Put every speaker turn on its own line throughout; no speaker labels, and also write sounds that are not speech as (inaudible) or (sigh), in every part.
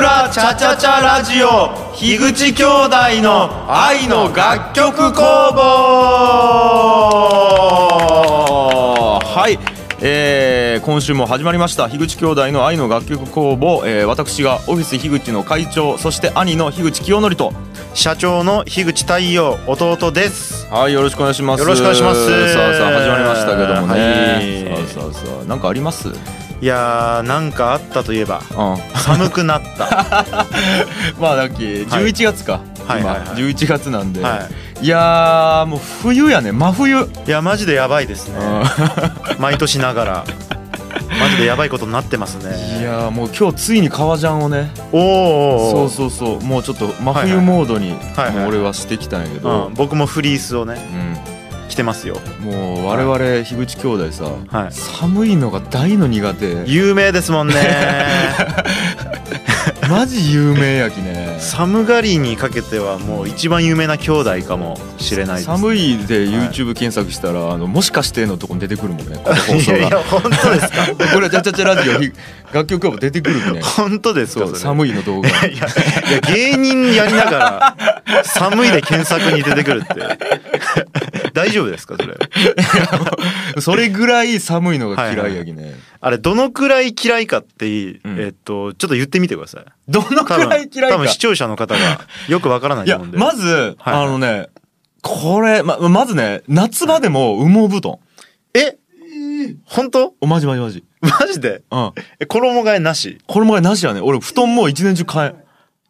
らチャチャチャラジオ樋口兄弟の愛の楽曲工房はいえー、今週も始まりました樋口兄弟の愛の楽曲工房、えー、私がオフィス樋口の会長そして兄の樋口清則と
社長の樋口太陽弟です
はいよろしくお願いします
よろしくお願いします
さあさあ始まりましたけどもね、
はい
さあさあさあなんかありますうん
いやーなんかあったといえば寒くなった (laughs)
まあだっけ
はい
11月か、
はいはい
今
はい
11月なんで、、
はい
やーもう冬やね真冬、
いやマジでやばいですね毎年ながらマジでやばいことになってます
い
ね
やーもう今日ついに革ジャンをねそ
おーおーお
う
ー
そうそうもうちょっと真冬モードにも
はいはいう
俺はしてきたんやけど
うん、僕もフリースをね
う
着てますよ
んもう我々樋口兄弟さ、
はい
寒いのが大の苦手
有名です (laughs) もんね
マジ有名やきね
(laughs) 寒がりにかけてはもう一番有名な兄弟かもしれないです
寒いで YouTube 検索したら、あのもしかしてのとこに出てくるもんねこの放
い
送
やい
が
や本当ですか
これはちゃちゃちゃラジオひ楽曲も出てくるね
(laughs) 本当です
そ
か
う
それ
寒いの動画
いやいや芸人やりながら寒いで検索に出てくるって (laughs) 大丈夫ですかそれ
(laughs) それぐらい寒いのが嫌いやきね、
あれどのくらい嫌いかっていい、
うん
えっとちょっと言ってみてください
どのく
多
らい
分
嫌い
多
か
分視聴者の方がよくわからない
い
と
や
思うんで
まず、
はいはい
あのねこれままずね夏場でも羽毛布団
え本当
おマジマジマジ
マジで
うん
え衣替えなし
これもなしやね俺布団もう一年中買えん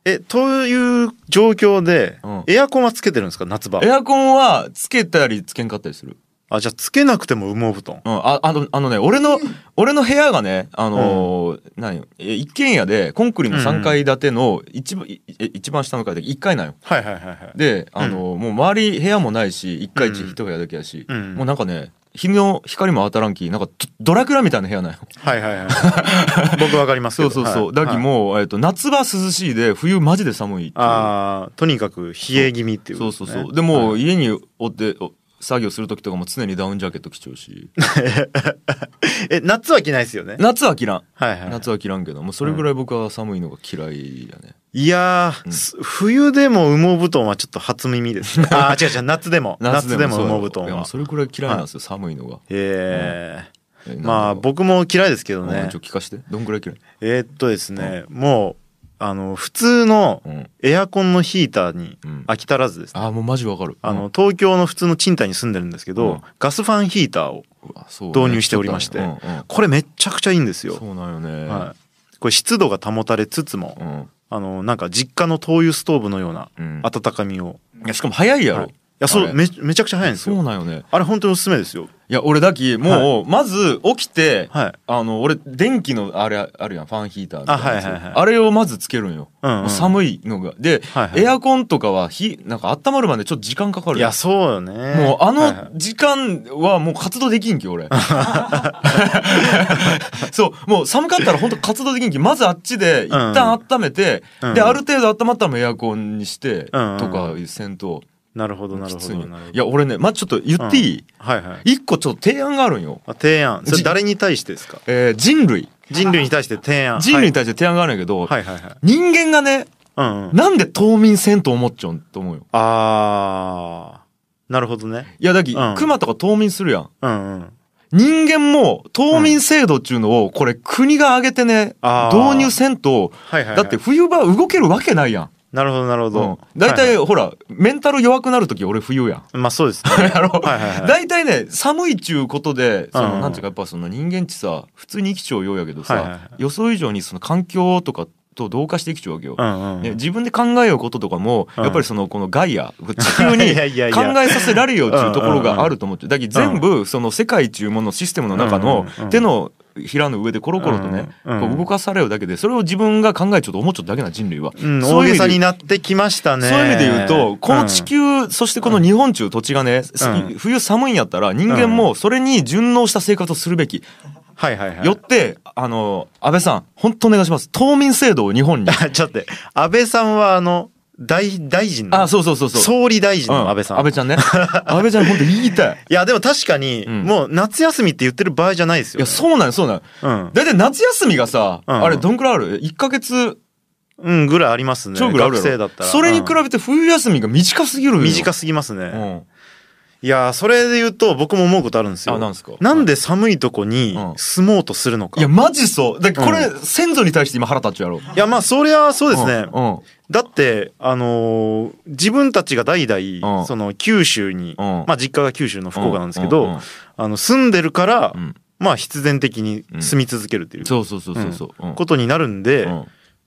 えという状況で、
うん
エアコンはつけてるんですか夏場
エアコンはつけたりつけんかったりする
あじゃあつけなくても羽毛布団
うん、ああのあのね俺の俺の部屋がねあのー何え一軒家でコンクリの3階建ての一番,い、え一番下の階で1階なんよ
はいはいはいはい
であのー、もう周り部屋もないし1階一一部屋だけやし、
うん
もうなんかね日の光も当たらんきなんかドドラクラみたいな部屋なんよ
はいはいはい僕わかりますけ
そ
ど
うそうそう、
はい
だきもう、えっと夏場涼しいで冬マジで寒いっていう
ああとにかく冷え気味っていうこ
そ
と
う
す
そ
ね、
うそうでも、
は
う
い
家におってお作業する時とかも常にダウンジャケット着ちゃうし
え夏は着ないですよね
夏は着らん
はいはい
夏は着らんけどもうそれぐらい僕は寒いのが嫌いやね、
いやー、
うん
す冬でも羽毛布団はちょっと初
(laughs)
耳ですねあー違う違う夏でも夏でも
そう
羽毛布団
いやも
は
うそれぐらい嫌いなんですよ、寒いのが
え
え
ー、まあ
なんだろ
僕も嫌いですけ
う
ど
うん
ね
ちょっと聞かしてどんぐらい嫌い、
えーっとですね、もうあの普通の
うん
エアコンのヒーターに
うん
飽き足らずですね、
ああもうマジわかる
あ
う
の
ん
東京の普通の賃貸に住んでるんですけど、
うん
ガスファンヒーターを
うわそう
導入しておりまして
うんうん
これめっちゃくちゃいいんですよ、
そうなんよね、
はい、これ湿度が保たれつつも、
うん
あのなんか実家の灯油ストーブのような
うん
温かみを、
いやしかも早いやろ、
はいいやそ
あれ
うめめちゃくちゃ早いんです
そ
よ
うなんよね
あれ本当におすすめですよ。
いや俺だきもう、まず起きて、
はい。
あの俺電気のあれあるやんファンヒーターみたいなやつ
あはいはいはい
あれをまずつけるんよ、
うん、うん。
寒いのがで、
はいはい
エアコンとかはひなんか温まるまでちょっと時間かかる
い
やん
や、そうよね。
もうあ
はいはい
の時間はもう活動できんき
(laughs)
俺そうもう寒かったら本当活動できんきまずあっちで一旦温めて、
うん
である程度温まったらもうエアコンにしてと
うん
かせんと
なるほど、なる
き
ほ
つい
ど。
んよ
なるほど
いや、俺ねまずちょっと言っていい、
はいはい。
一個ちょっと提案があるんよ、
あ提案。それ
じ
誰に対してですか
えー人類
人類に対して提案。
人類に対して提案があるんやけど、
はいはいはいはい。
人間がね
うん、うん。
なんで冬眠せんと思っちゃうんと思うよ
あー。なるほどね。
いやだき、
うん
クマとか冬眠するやん
うんうん。
人間も冬眠制度っちゅうのをこれ国が挙げてね、
あー
導入せんと
はいはい、はい。
だって、冬場動けるわけないやん、
なるほど、なるほ
う
ど
ん。大体、
はいは
ほらメンタル弱くなる時俺冬やん
いまあそうですね。
(laughs) やろ
はいはいはい。
大体ね寒いっちゅうことでその、
うん
なんていうかやっぱその人間ってさ普通に生きちゃうようやけどさ、
はいはいはい
予想以上にその環境とかと同化して生きちゃうわけよ、
うんうん。
ね、自分で考えようこととかも、
うん
やっぱりそのこのガイア地球に
(laughs) いやいやいや
考えさせられようっていうところがあると思ってだけど全部その世界中ものシステムの中の
うんうん
手のひらの上でコロコロとね
うんうん
こう動かされるだけでそれを自分が考えちょっと思っちゃっただけな人類は。
うん、
そ
大
ういう
げ
意味で
さになってきましたね。
そういう意味で言うとこの地
うん、
球そしてこの日本中土地がねす
うん
冬寒いんやったら人間もそれに順応した生活をするべき
はいはいはい。
よってあの安倍さん本当お願いします冬眠制度を日本に
ちょっと待って、安倍さんはあの、大、大臣の
あそうそうそうそう
総理大臣
うん
の安倍さん。
安倍ちゃんね。 (laughs) 安倍ちゃん本当言いたい。
いや、でも確かに、
ん
もう夏休みって言ってる場合じゃない (laughs) です
い
よ、ね。
や、そうなんよそうなんよ
うん。
だいたい夏休みがさ、
うん
あれどんくらいある ?1 ヶ月
うんぐらいありますね
超ぐらいある
学
やろ
生だったら
それに比
うん
べて冬休みが短すぎるよ
短すぎますね、
うん
いやーそれで言うと僕も思うことあるんですよ
あなんですか
なんで寒いとこに
うん
住もうとするのか、
いや
い
マジそうだからこれ、
う
先祖に対して今腹立っちゃうやろ
やまあそりゃそうですね、
うんうん
だってあのー自分たちが代々、
うん
その九州に、
うん
まあ実家が九州の福岡なんですけ
う
ど、
う
あの住んでるから、
うん
まあ必然的に住み続けるっていう
そうそうそうそうそう、うん
ことになるんで、
うん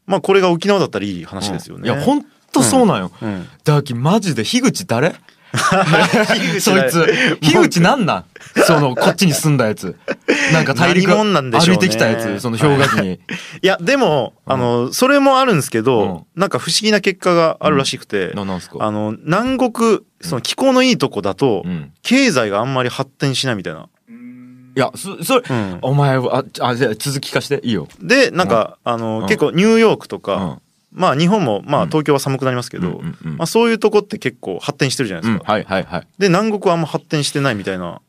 まあこれが沖縄だったらいい話ですよね。
いやほんとそうなんよ、
うん
だきマジで樋口誰そいつ
誰
樋口なんなんそのこっちに住んだやつなんか大陸
何者なんでしょう
歩
ね
いてきたやつその氷河期に
いやでも、
うん
あのそれもあるんですけど、なんか不思議な結果があるらしくて、
何なんすか
あの南国その気候のいいとこだと、
うん
経済があんまり発展しないみたいな。
いやそそれ
うん
お前はああじゃあ続き聞かしていいよ
でなんか、あの
うん
結構ニューヨークと
う
か、
ん
まあ日本もまあ
うん
東京は寒くなりますけど、
うんうんうん
まあ、そういうとこって結構発展してるじゃないで
う
す
ん
か。
はいはいはい
で南国はあんま発展してないみたいな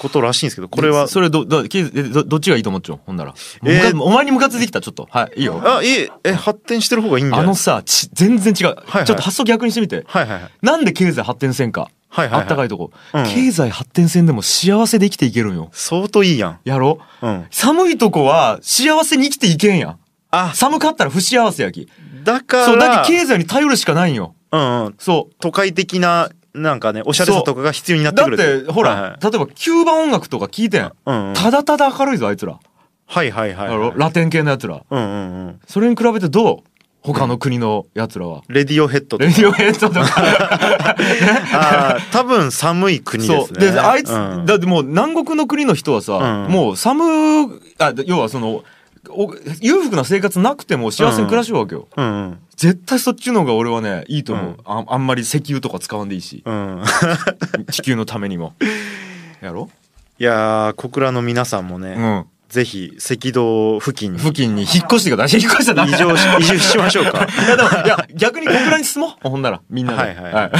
ことらしいんですけどこれは
それどどけどどっちがいいと思っちゃうほんなら、
えー
むかお前にムカついてきたちょっとはいいいよあ
あいいえ発展してる方がいいんじゃない
のさち全然違う、
はい
ちょっと発想逆にしてみて
はいはいはい
なんで経済発展せんか、
はいはいはい
あったかいとこ、
うん
経済発展せんでも幸せで生きていけるんよ
相当いいやん
やろ
うん
寒いとこは幸せに生きていけんやん
あ
寒かったら不幸せやき
だから
そうだけ経済に頼るしかないんよ
うんうん
そ
都会的ななんかねおしゃれさとかが必要にな
う
って
だっ
くる
てほ
は
ら、
い
例えばキューバ音楽とか聞いてん、
はい、うんうん
ただただ明るいぞあいつら、
はいはいはい
やろラテン系のやつら
うんうんうん
それに比べてどう他の国のやつらは、
レディオヘッドと
レディオヘッドとか
あー多分寒い国で
そ
す
う
ね
であいつ、
うん
だってもう南国の国の人はさ、
うん
もう寒あ要はそのお裕福な生活なくても幸せに暮らしようわけよ、
うん
絶対そっちの方が俺はねいいと思う、
うん
ああんまり石油とか使わんでいい
(laughs)
し
うん、うん、
地球のためにもやろ、
いやー小倉の皆さんもね、
うん、
ぜひ赤道付近に
付近に引っ越してください引っ越したら
移
い
住
(laughs)
し移住しましょうか
やでもいや逆に小倉に住もうほん (laughs) ならみんなで、
はいはい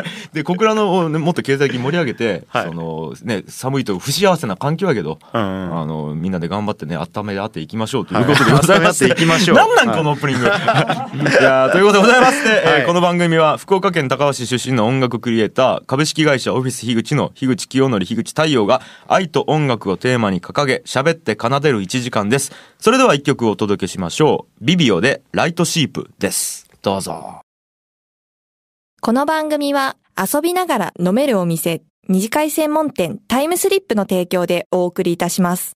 いで小倉のねもっと経済的に盛り上げて、
はい
そのね寒いと不幸せな環境やけど、
うん、うん
あのみんなで頑張ってね温め合っていきましょうとい
は
う
い
ことでございます、
温め合っていきまし
(laughs)
ょう
なんなん
はい
このオープニングいやー (laughs) ということでございまして、えー
はい
この番組は福岡県高橋市出身の音楽クリエイター株式会社オフィス樋口の樋口清則樋口太陽が愛と音楽をテーマに掲げ喋って奏でる1時間ですそれでは1曲お届けしましょうビビオでライトシープですどうぞ
この番組は遊びながら飲めるお店、二次会専門店タイムスリップの提供でお送りいたします。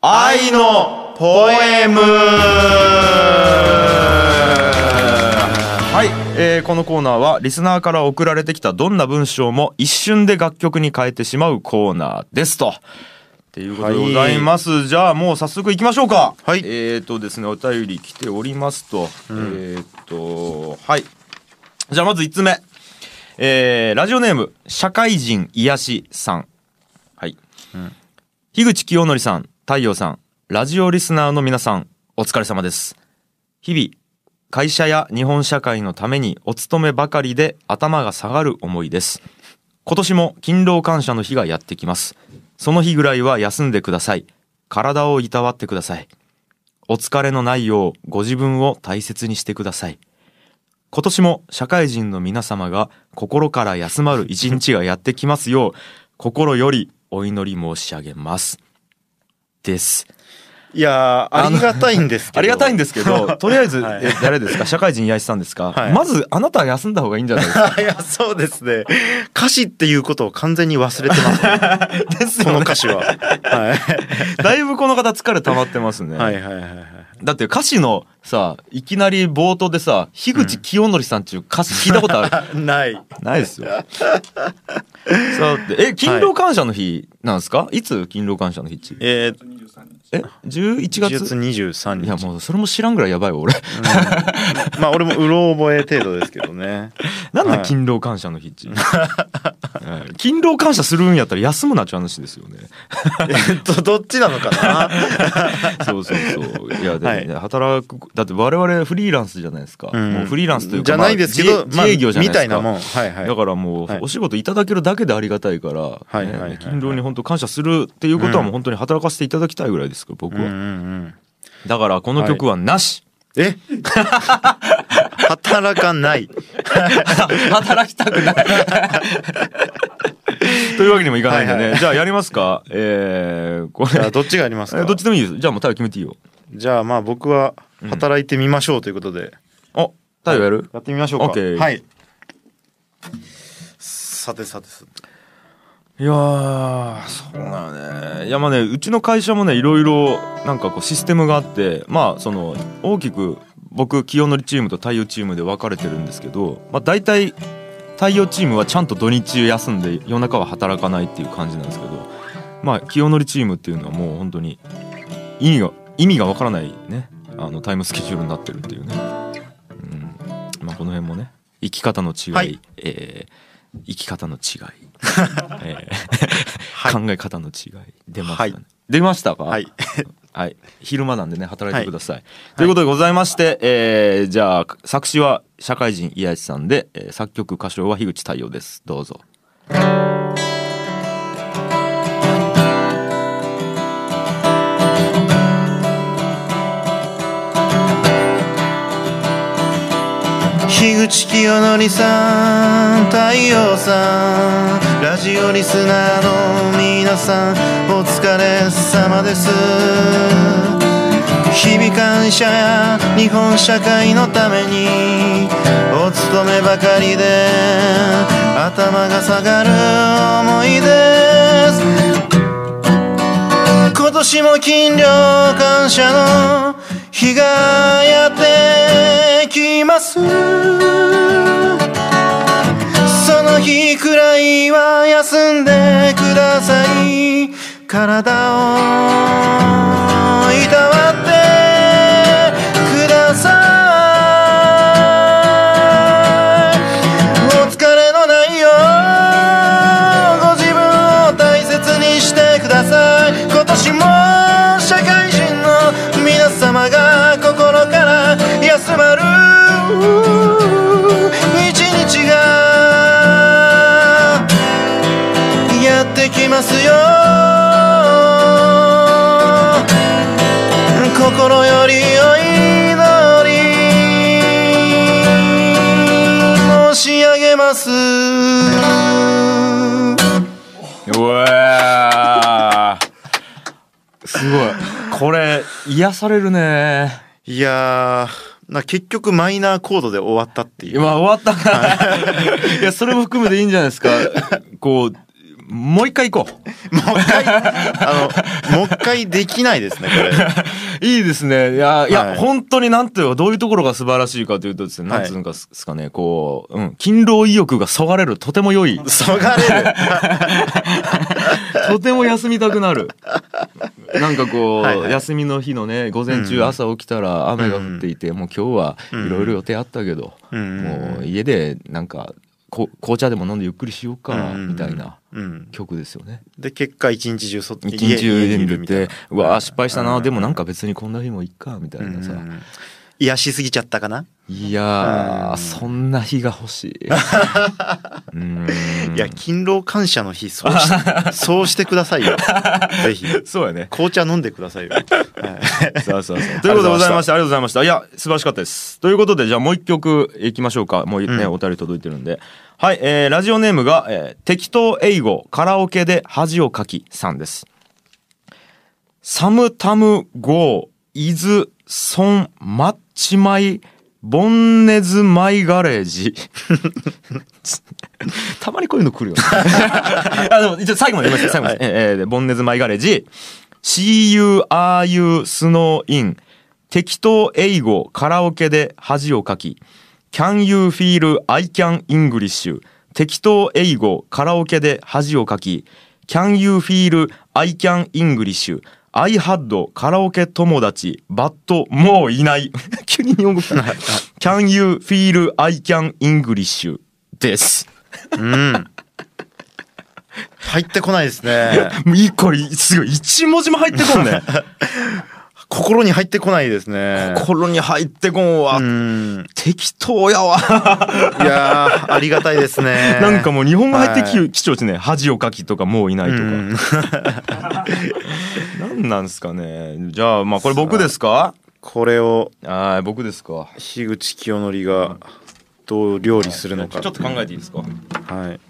愛のポエム
はい、えーこのコーナーはリスナーから送られてきたどんな文章も一瞬で楽曲に変えてしまうコーナーですと。っていうことでございます。じゃあもう早速行きましょうか。
はい
えっ、とですね、お便り来ておりますと。
ん
えっ、と、はい。じゃあまず1つ目。えーラジオネーム、社会人癒しさん。はい。
ん
樋口清則さん、太陽さん、ラジオリスナーの皆さん、お疲れ様です。日々、会社や日本社会のためにお勤めばかりで頭が下がる思いです。今年も勤労感謝の日がやってきます。その日ぐらいは休んでください。体をいたわってください。お疲れのないようご自分を大切にしてください。今年も社会人の皆様が心から休まる一日がやってきますよう、心よりお祈り申し上げます。です。
いやーありがたいんですけど
ありがたいんですけど、 (laughs) とりあえず、
はい
え誰ですか社会人八重さんですか、
はい
まず、あなたは休んだ方がいいんじゃないですか
(laughs) いやそうですね歌詞っていうことを完全に忘れ
(laughs)
てますね、
(laughs) です
こ
よ
の
ね。
歌詞は、
(laughs)
はい、
だいぶこの方疲れ溜まってますね。
はいはいはいはい
だって歌詞のさ、いきなり冒頭でさ、樋口清則さんっていう歌詞聞いたことある、
あない
(laughs) ないですよ。さて、え、勤労感謝の日なんですか、い、つ勤労感謝の日って
えー、
え、11
1月
月
23日
いやもうそれも知らんぐらいやばいわ俺。 (laughs)
まあ俺もうろ覚え程度ですけ
(laughs)
どね
なん
はい
だ勤労感謝の日 (laughs) って。はい勤労感謝するんやったら休むなって話ですよね。
えっとどっちなのかな
(laughs) そうそうそう。いや、で
はい
働く、だって我々フリーランスじゃないですか。
うん
もうフリーランスというか、
じゃないですけ
まあ
ど、
自営自営業じゃないですか。
みたいなもんはいはい
だからもう
はい
お仕事いただけるだけでありがたいから、
いはいはいはい
ね勤労に本当感謝するっていうことはもう本当に働かせていただきたいぐらいですから僕
うんう
は、
んうん
だからこの曲はなし、
え (laughs) 働かない。
働きたくないというわけにもいかないんでね、
はいは
じゃあやりますかえー、こ
じゃあ
れ
どっちがあります
え (laughs)
か
どっちでもいいですじゃあもう太陽決めていいよ
じゃあまあ僕は働いてみましょうということで。
あ太陽やる、
やってみましょうか。
オッケー
はい。さてさてさて。
いやーそうなのねいやまあねうちの会社もねいろいろなんかこうシステムがあってまあその大きく僕清則チームと太陽チームで分かれてるんですけど、まあ、大体太陽チームはちゃんと土日休んで夜中は働かないっていう感じなんですけどまあ清則チームっていうのはもう本当に意味が意味が分からないねあのタイムスケジュールになってるっていうね、うんまあ、この辺もね生き方の違い、
はい
えー生き方の違い (laughs) え
はい
ー考え方の違い出ましたね、
はい
出ましたか
はい。
はい昼間なんでね働いてください、ということでございまして、えーじゃあ作詞は社会人イヤチさんで、えー作曲歌唱は樋口太陽ですどうぞ
樋口清則さん太陽さんラジオリスナーの皆さんお疲れ様です日々感謝や日本社会のためにお勤めばかりで頭が下がる思いです今年も金量感謝の日がやってきますその日くらいは休んでください体をいたわってくださいお疲れのないようご自分を大切にしてください今年も社会人の皆様が心から休まる一日がやってきますよ心よりお祈り申し上げます
うわすごいこれ癒されるね
いやーな結局マイナーコードで終わったっていう
今終わった (laughs) からいやそれも含めていいんじゃないですかこうもう一回行こう
あのもう一回できないですねこ
(laughs)
れ
いいですね。いや、いや、
はい
本当になんていうか、どういうところが素晴らしいかというとですね、
はい
なんつうんかすかね、こう、うん、勤労意欲がそがれる、とても良い、
そがれる
とても休みたくなる。なんかこう、
はいはい
休みの日のね、午前中
うん
朝起きたら雨が降っていて、もう今日はいろいろ予定あったけど、
うん
もう家でなんか、こ紅茶でも飲んでゆっくりしようか、みたいな
うん
曲ですよね。
で結果一日中そっ
一日中家にいて、うわあ失敗したな、でもなんんか別にこんな日もいっか、みたいなさ。
癒やしすぎちゃったかない
や
う
ー、
ん
そんな日が欲し (laughs) い。うーん
いや、勤労感謝の日、そうし
(laughs)
そうしてくださいよ。ぜひ。
そうやね。
紅茶飲んでくださいよ。はい
そうそうそう。ということでございまして、ありがとうございました。いや、素晴らしかったです。ということで、じゃあもう一曲いきましょうか。もうね、
うん
お便り届いてるんで。はい、えー、ラジオネームが、えー適当英語カラオケで恥をかきさんです。サムタムゴーイズソンマッチマイボンネズマイガレージ。 (laughs) たまにこういうの来るよね。 (laughs) あ、でも、一応最後まで言いますよ最後まで。えーえーでボンネズマイガレージ。See you, are you, snow in. 適当英語カラオケで恥をかき。Can you feel I can English? 適当英語カラオケで恥をかき。Can you feel I can English? I had カラオケ友達 but もういない。 (laughs) 急に日本語来た。Can you feel I can English? です。
うん。入ってこないですね。
(laughs)
(laughs)
いいこれすごい一文字も入ってこんね。
心に入ってこないですね。
心に入ってこんわ。
うん。
適当やわ。
いやー、ありがたいですね。
なんかもう日本語入ってき
は
きちょうですね。恥をかきとかもういないと
う
か。
ん
(laughs) なんなんすかね。じゃあ、まあこれ僕ですか
これを
はい、僕ですか。
樋口清則がどう料理するの
ちょ
か。
っと考えていいですか
はい。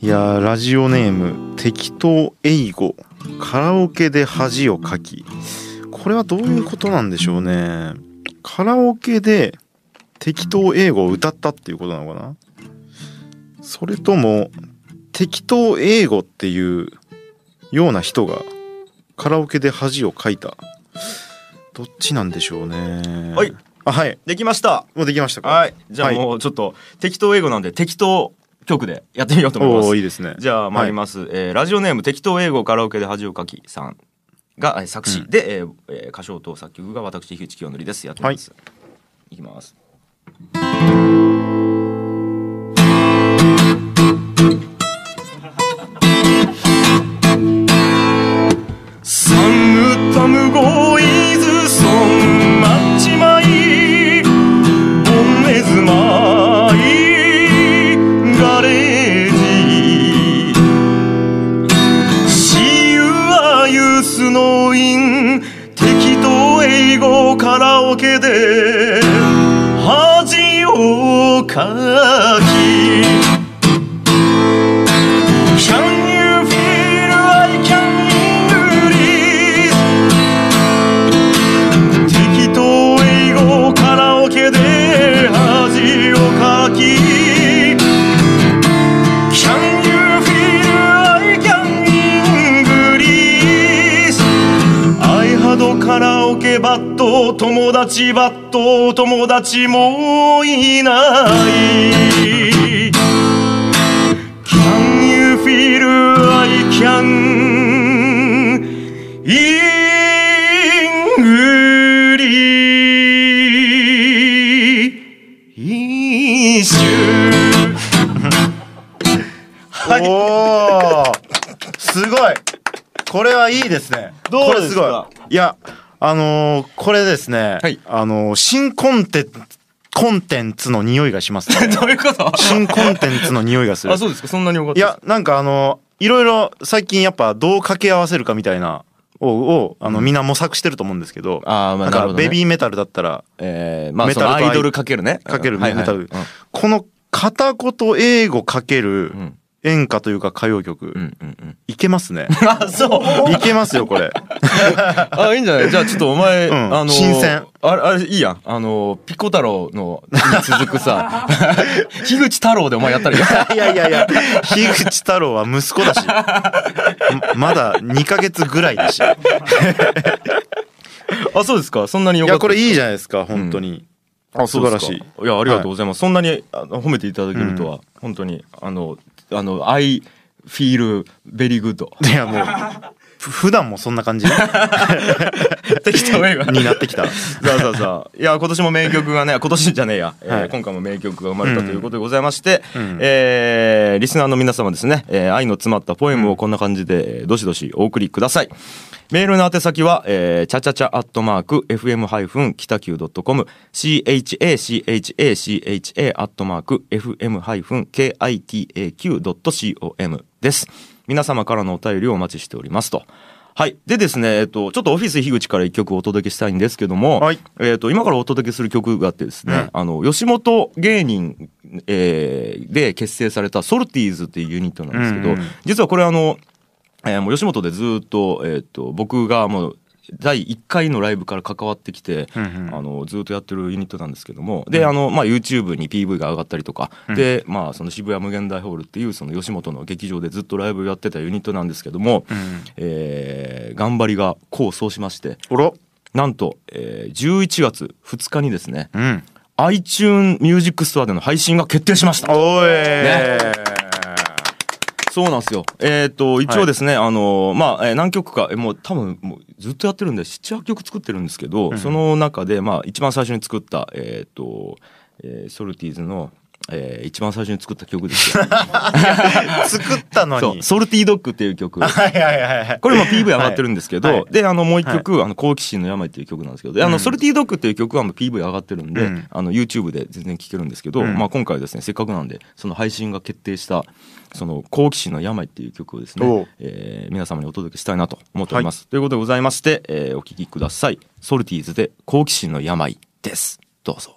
いやーラジオネーム適当英語カラオケで恥をかきこれはどういうことなんでしょうねカラオケで適当英語を歌ったっていうことなのかなそれとも適当英語っていうような人がカラオケで恥をかいたどっちなんでしょうね
はい
あはい
できました。
もうできましたか
はい。じゃあ
はい
もうちょっと適当英語なんで適当曲でやってみようと思いま
お
す
お。いいですね
じゃあ参ります、えーラジオネーム適当英語カラオケで恥をかきさんがえー作詞、
うん
で、えーえー歌唱と作曲が私樋口清則ですやってみます、い、きますサンヌタムゴイズソンマッチマイボンネズマイガレージシユアユスノイン適当英語カラオケで恥をかき Can you feel I can English 適当英語カラオケで恥をかき Can you feel I can English アイハドカラオケバット友達バット友達もいない Can you feel I can English はい
おーすごいこれはいいですね
どうですか
これすごいいやあのーこれですね、
はい
あのー新コンテンコンテンツの匂いがしますね
(laughs) どういうこと
新コンテンツの匂いがする
あ、そうですかそんなに良かっ
い
たです
やなんかあのーいろいろ最近やっぱどう掛け合わせるかみたいなををあのみんな模索してると思うんですけど、
あーまあな
なん
る
か
ほどね
ベビーメタルだったら
えー、まあ
メ
そ
タル
の
とアイ
アイドルかけるね。
かける
うんはいはい
メタル
うん
この片言英語かける
うん
演歌というか歌謡曲、
うんうんうん。
(laughs) いけますね
あ、そう。
いけますよこれ
あ、いいんじゃないじゃあちょっとお前、
うん
あの、
新鮮
あれ、あれ、いいやん。あの、ピコ太郎の、に続く
(laughs)
さ、樋口太郎でお前やったらいいや
いやいやいや、樋口太郎は息子だし、ままだ2ヶ月ぐらいだし。い (laughs)
あ、そうですかそんなに良かっ
や、
た
こ
で
れ
す
いいじゃないですか、本当に。
あ
素晴らしい
そうですかいやありがとうございます、そんなにあの褒めていただけるとは、本当にあのあの I feel very good
(laughs) いや、もう、ふ普段もそんな感じ
適当映画
になってきた。
さあさあさあいや今年も名曲がね今年じゃねえや、えー
はい
今回も名曲が生まれたということでございまして、
ん
えーリスナーの皆様ですね、えー愛の詰まったポエムをこんな感じで、えーどしどしお送りくださいメールの宛先は、えー、チャチャチャアットマーク FM- 北九 .com CHACHACHA アットマーク FM-KITAQ.com です皆様からのお便りをお待ちしておりますとはいでですねえっとちょっとオフィス樋口から一曲お届けしたいんですけども、
はい
えー、と今からお届けする曲があってですね、
うん
あの吉本芸人、えーで結成されたソルティーズっていうユニットなんですけど、
うんうん
実はこれあの、えーもう吉本でずーっと,、えー、と僕がもう第1回のライブから関わってきて、
うんうん
あのずーっとやってるユニットなんですけどもであの、まあ、YouTube に PV が上がったりとか、で、まあ、その渋谷無限大ホールっていうその吉本の劇場でずっとライブやってたユニットなんですけども、
うん。
えー頑張りが功を奏しまして。
おろ
なんと、えー、11月2日にですね、
うん。
iTune Music Store での配信が決定しました。
おい、
ねそうなんですよ。えっ、と、一応ですね、あのーまあ、えー何曲か、えーもう多分、もうずっとやってるんで、7、8曲作ってるんですけど、その中で、まあ、一番最初に作った、えっ、と、えーソルティーズの、えー一番最初に作った曲です
(laughs)
よ
作ったの
そ
に
う「ソルティードッグ」っていう
(laughs)
曲
はいはいはいはい
これも PV 上がってるんですけど、
はい
であのもう一曲、あの好奇心の病っていう曲なんですけど、であ
う
の
ん
ソルティドッグっていう曲はあの PV 上がってるんで、
うん
あの YouTube で全然聴けるんですけど、
うん
まあ今回はですねせっかくなんでその配信が決定したその好奇心の病っていう曲をです
お
ね
う、
えー皆様にお届けしたいなと思っております。ということでございまして、えーお聴きください。ソルティーズで好奇心の病です。どうぞ。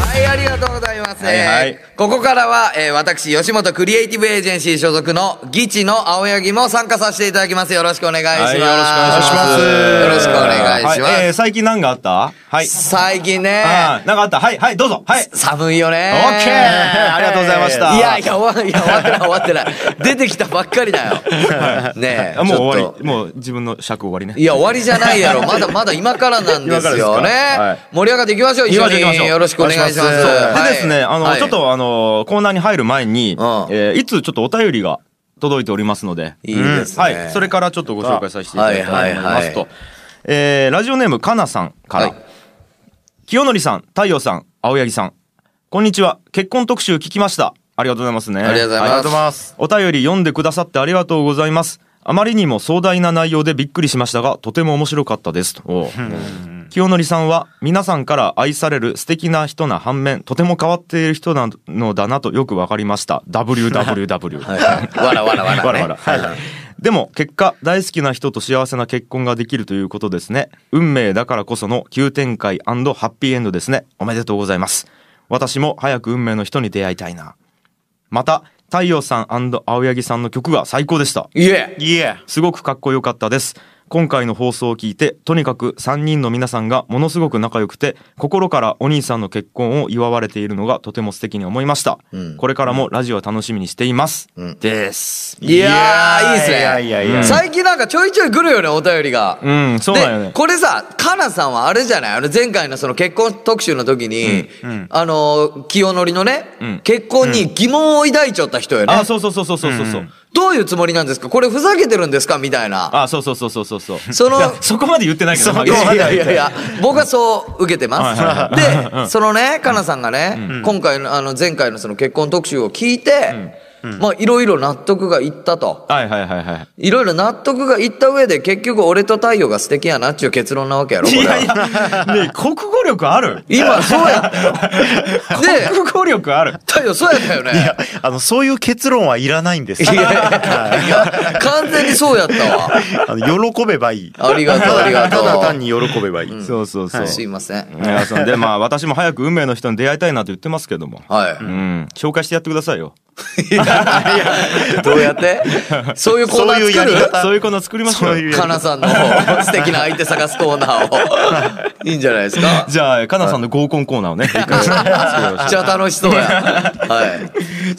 はい、ありがとうございます。
はいはい
えーここからは、えー私、吉本クリエイティブエージェンシー所属の、ギチの青柳も参加させていただきます。よろしくお願いします。よろしくお願いします。
はいえー最近何があったはい。
最近ね、
あー何かあったはい、はい、どうぞ。はい。
寒いよね。
オッケーありがとうございました
いやいや、終わいや終わってない、終わってない。出てきたばっかりだよ。ねえ。
あもう終
ちょ
わ
っと
り。もう自分の尺終わりね。
いや、終わりじゃないやろ。まだまだ今からなんです
今から
よね。
ですかはい
盛り上がっていきましょう、一
行
緒
きましょう行きましょ
に。
う
よろしくお願いし
お
ます。
願いし
で
はい
ですね、あの、
はい
ちょっとあの、コーナーに入る前に、
うん
えーいつちょっとお便りが届いておりますので、
いいですね
はい、それからちょっとご紹介させていただきたいと思いますと、
はいはい
えーラジオネームかなさんから、
はい
清則さん、太陽さん、青柳さん、こんにちは、結婚特集聞きました。ありがとうございますね。
ありがとうございます
はお便り読んでくださってありがとうございます。あまりにも壮大な内容でびっくりしましたが、とても面白かったです。と。おう清則さんは皆さんから愛される素敵な人な反面、とても変わっている人なのだなとよくわかりま (laughs) した。WWW。
わらわらわら、ね。
わら (laughs) わら。でも結果大好きな人と幸せな結婚ができるということですね運命だからこその急展開ハッピーエンドですねおめでとうございます私も早く運命の人に出会いたいなまた太陽さん青柳さんの曲が最高でした
いえ。
いえ
すごくかっこよかったです今回の放送を聞いてとにかく3人の皆さんがものすごく仲良くて心からお兄さんの結婚を祝われているのがとても素敵に思いました、
ん
これからもラジオを楽しみにしています、です
いやー、いいですね。
いやいやいや
うん
最近なんかちょいちょい来るよね、お便りが。
うんそうだよね
でこれさ、カナさんはあれじゃないあの前回のその結婚特集の時に、あのー、清則のね、
うん
結婚に疑問を抱いちゃった人よね。
あそうそうそうそうそうそうそう、
どういうつもりなんですかこれふざけてるんですかみたいな。
あそうそうそうそうそうそう
その
いやそこまで言ってないけど
いやいやいやいや、僕はそう受けてま
はいはいはいうん
す。で、そのね、かなさんがね、今回の、あの、前回のその結婚特集を聞いて、まあ、いろいろ納得がいったと。
はいはいはいはい
ろいろ納得がいった上で、結局俺と太陽が素敵やなっちゅう結論なわけやろ、
い
こ
い
れは。
やいやねえ国語力ある
今、そうやったよ。で、
国語力ある
太陽、そうやったよね。
いやあのそういう結論はいらないんです
いやいやいや、完全にそうやったわ。
あの喜べばいい
ありがとうありがとう
ただ単に喜べばいい、
そうそうそう、
すいません。
皆さんでまあ私も早く運命の人に出会いたいなと言ってますけども
はい。
うん紹介してやってくださいよ
どうやってそういうコーナー
そうい
作
う
る
やり方
そういうコーナー作りましょ
そう
う
い
よ
う
(laughs) かなさんの素敵な相手探すコーナーを。いいんじゃないで
(laughs)
すか。
じゃあかなさんの合コンコーナーをね一回作りましょう
めっちゃ楽しそうや。は い。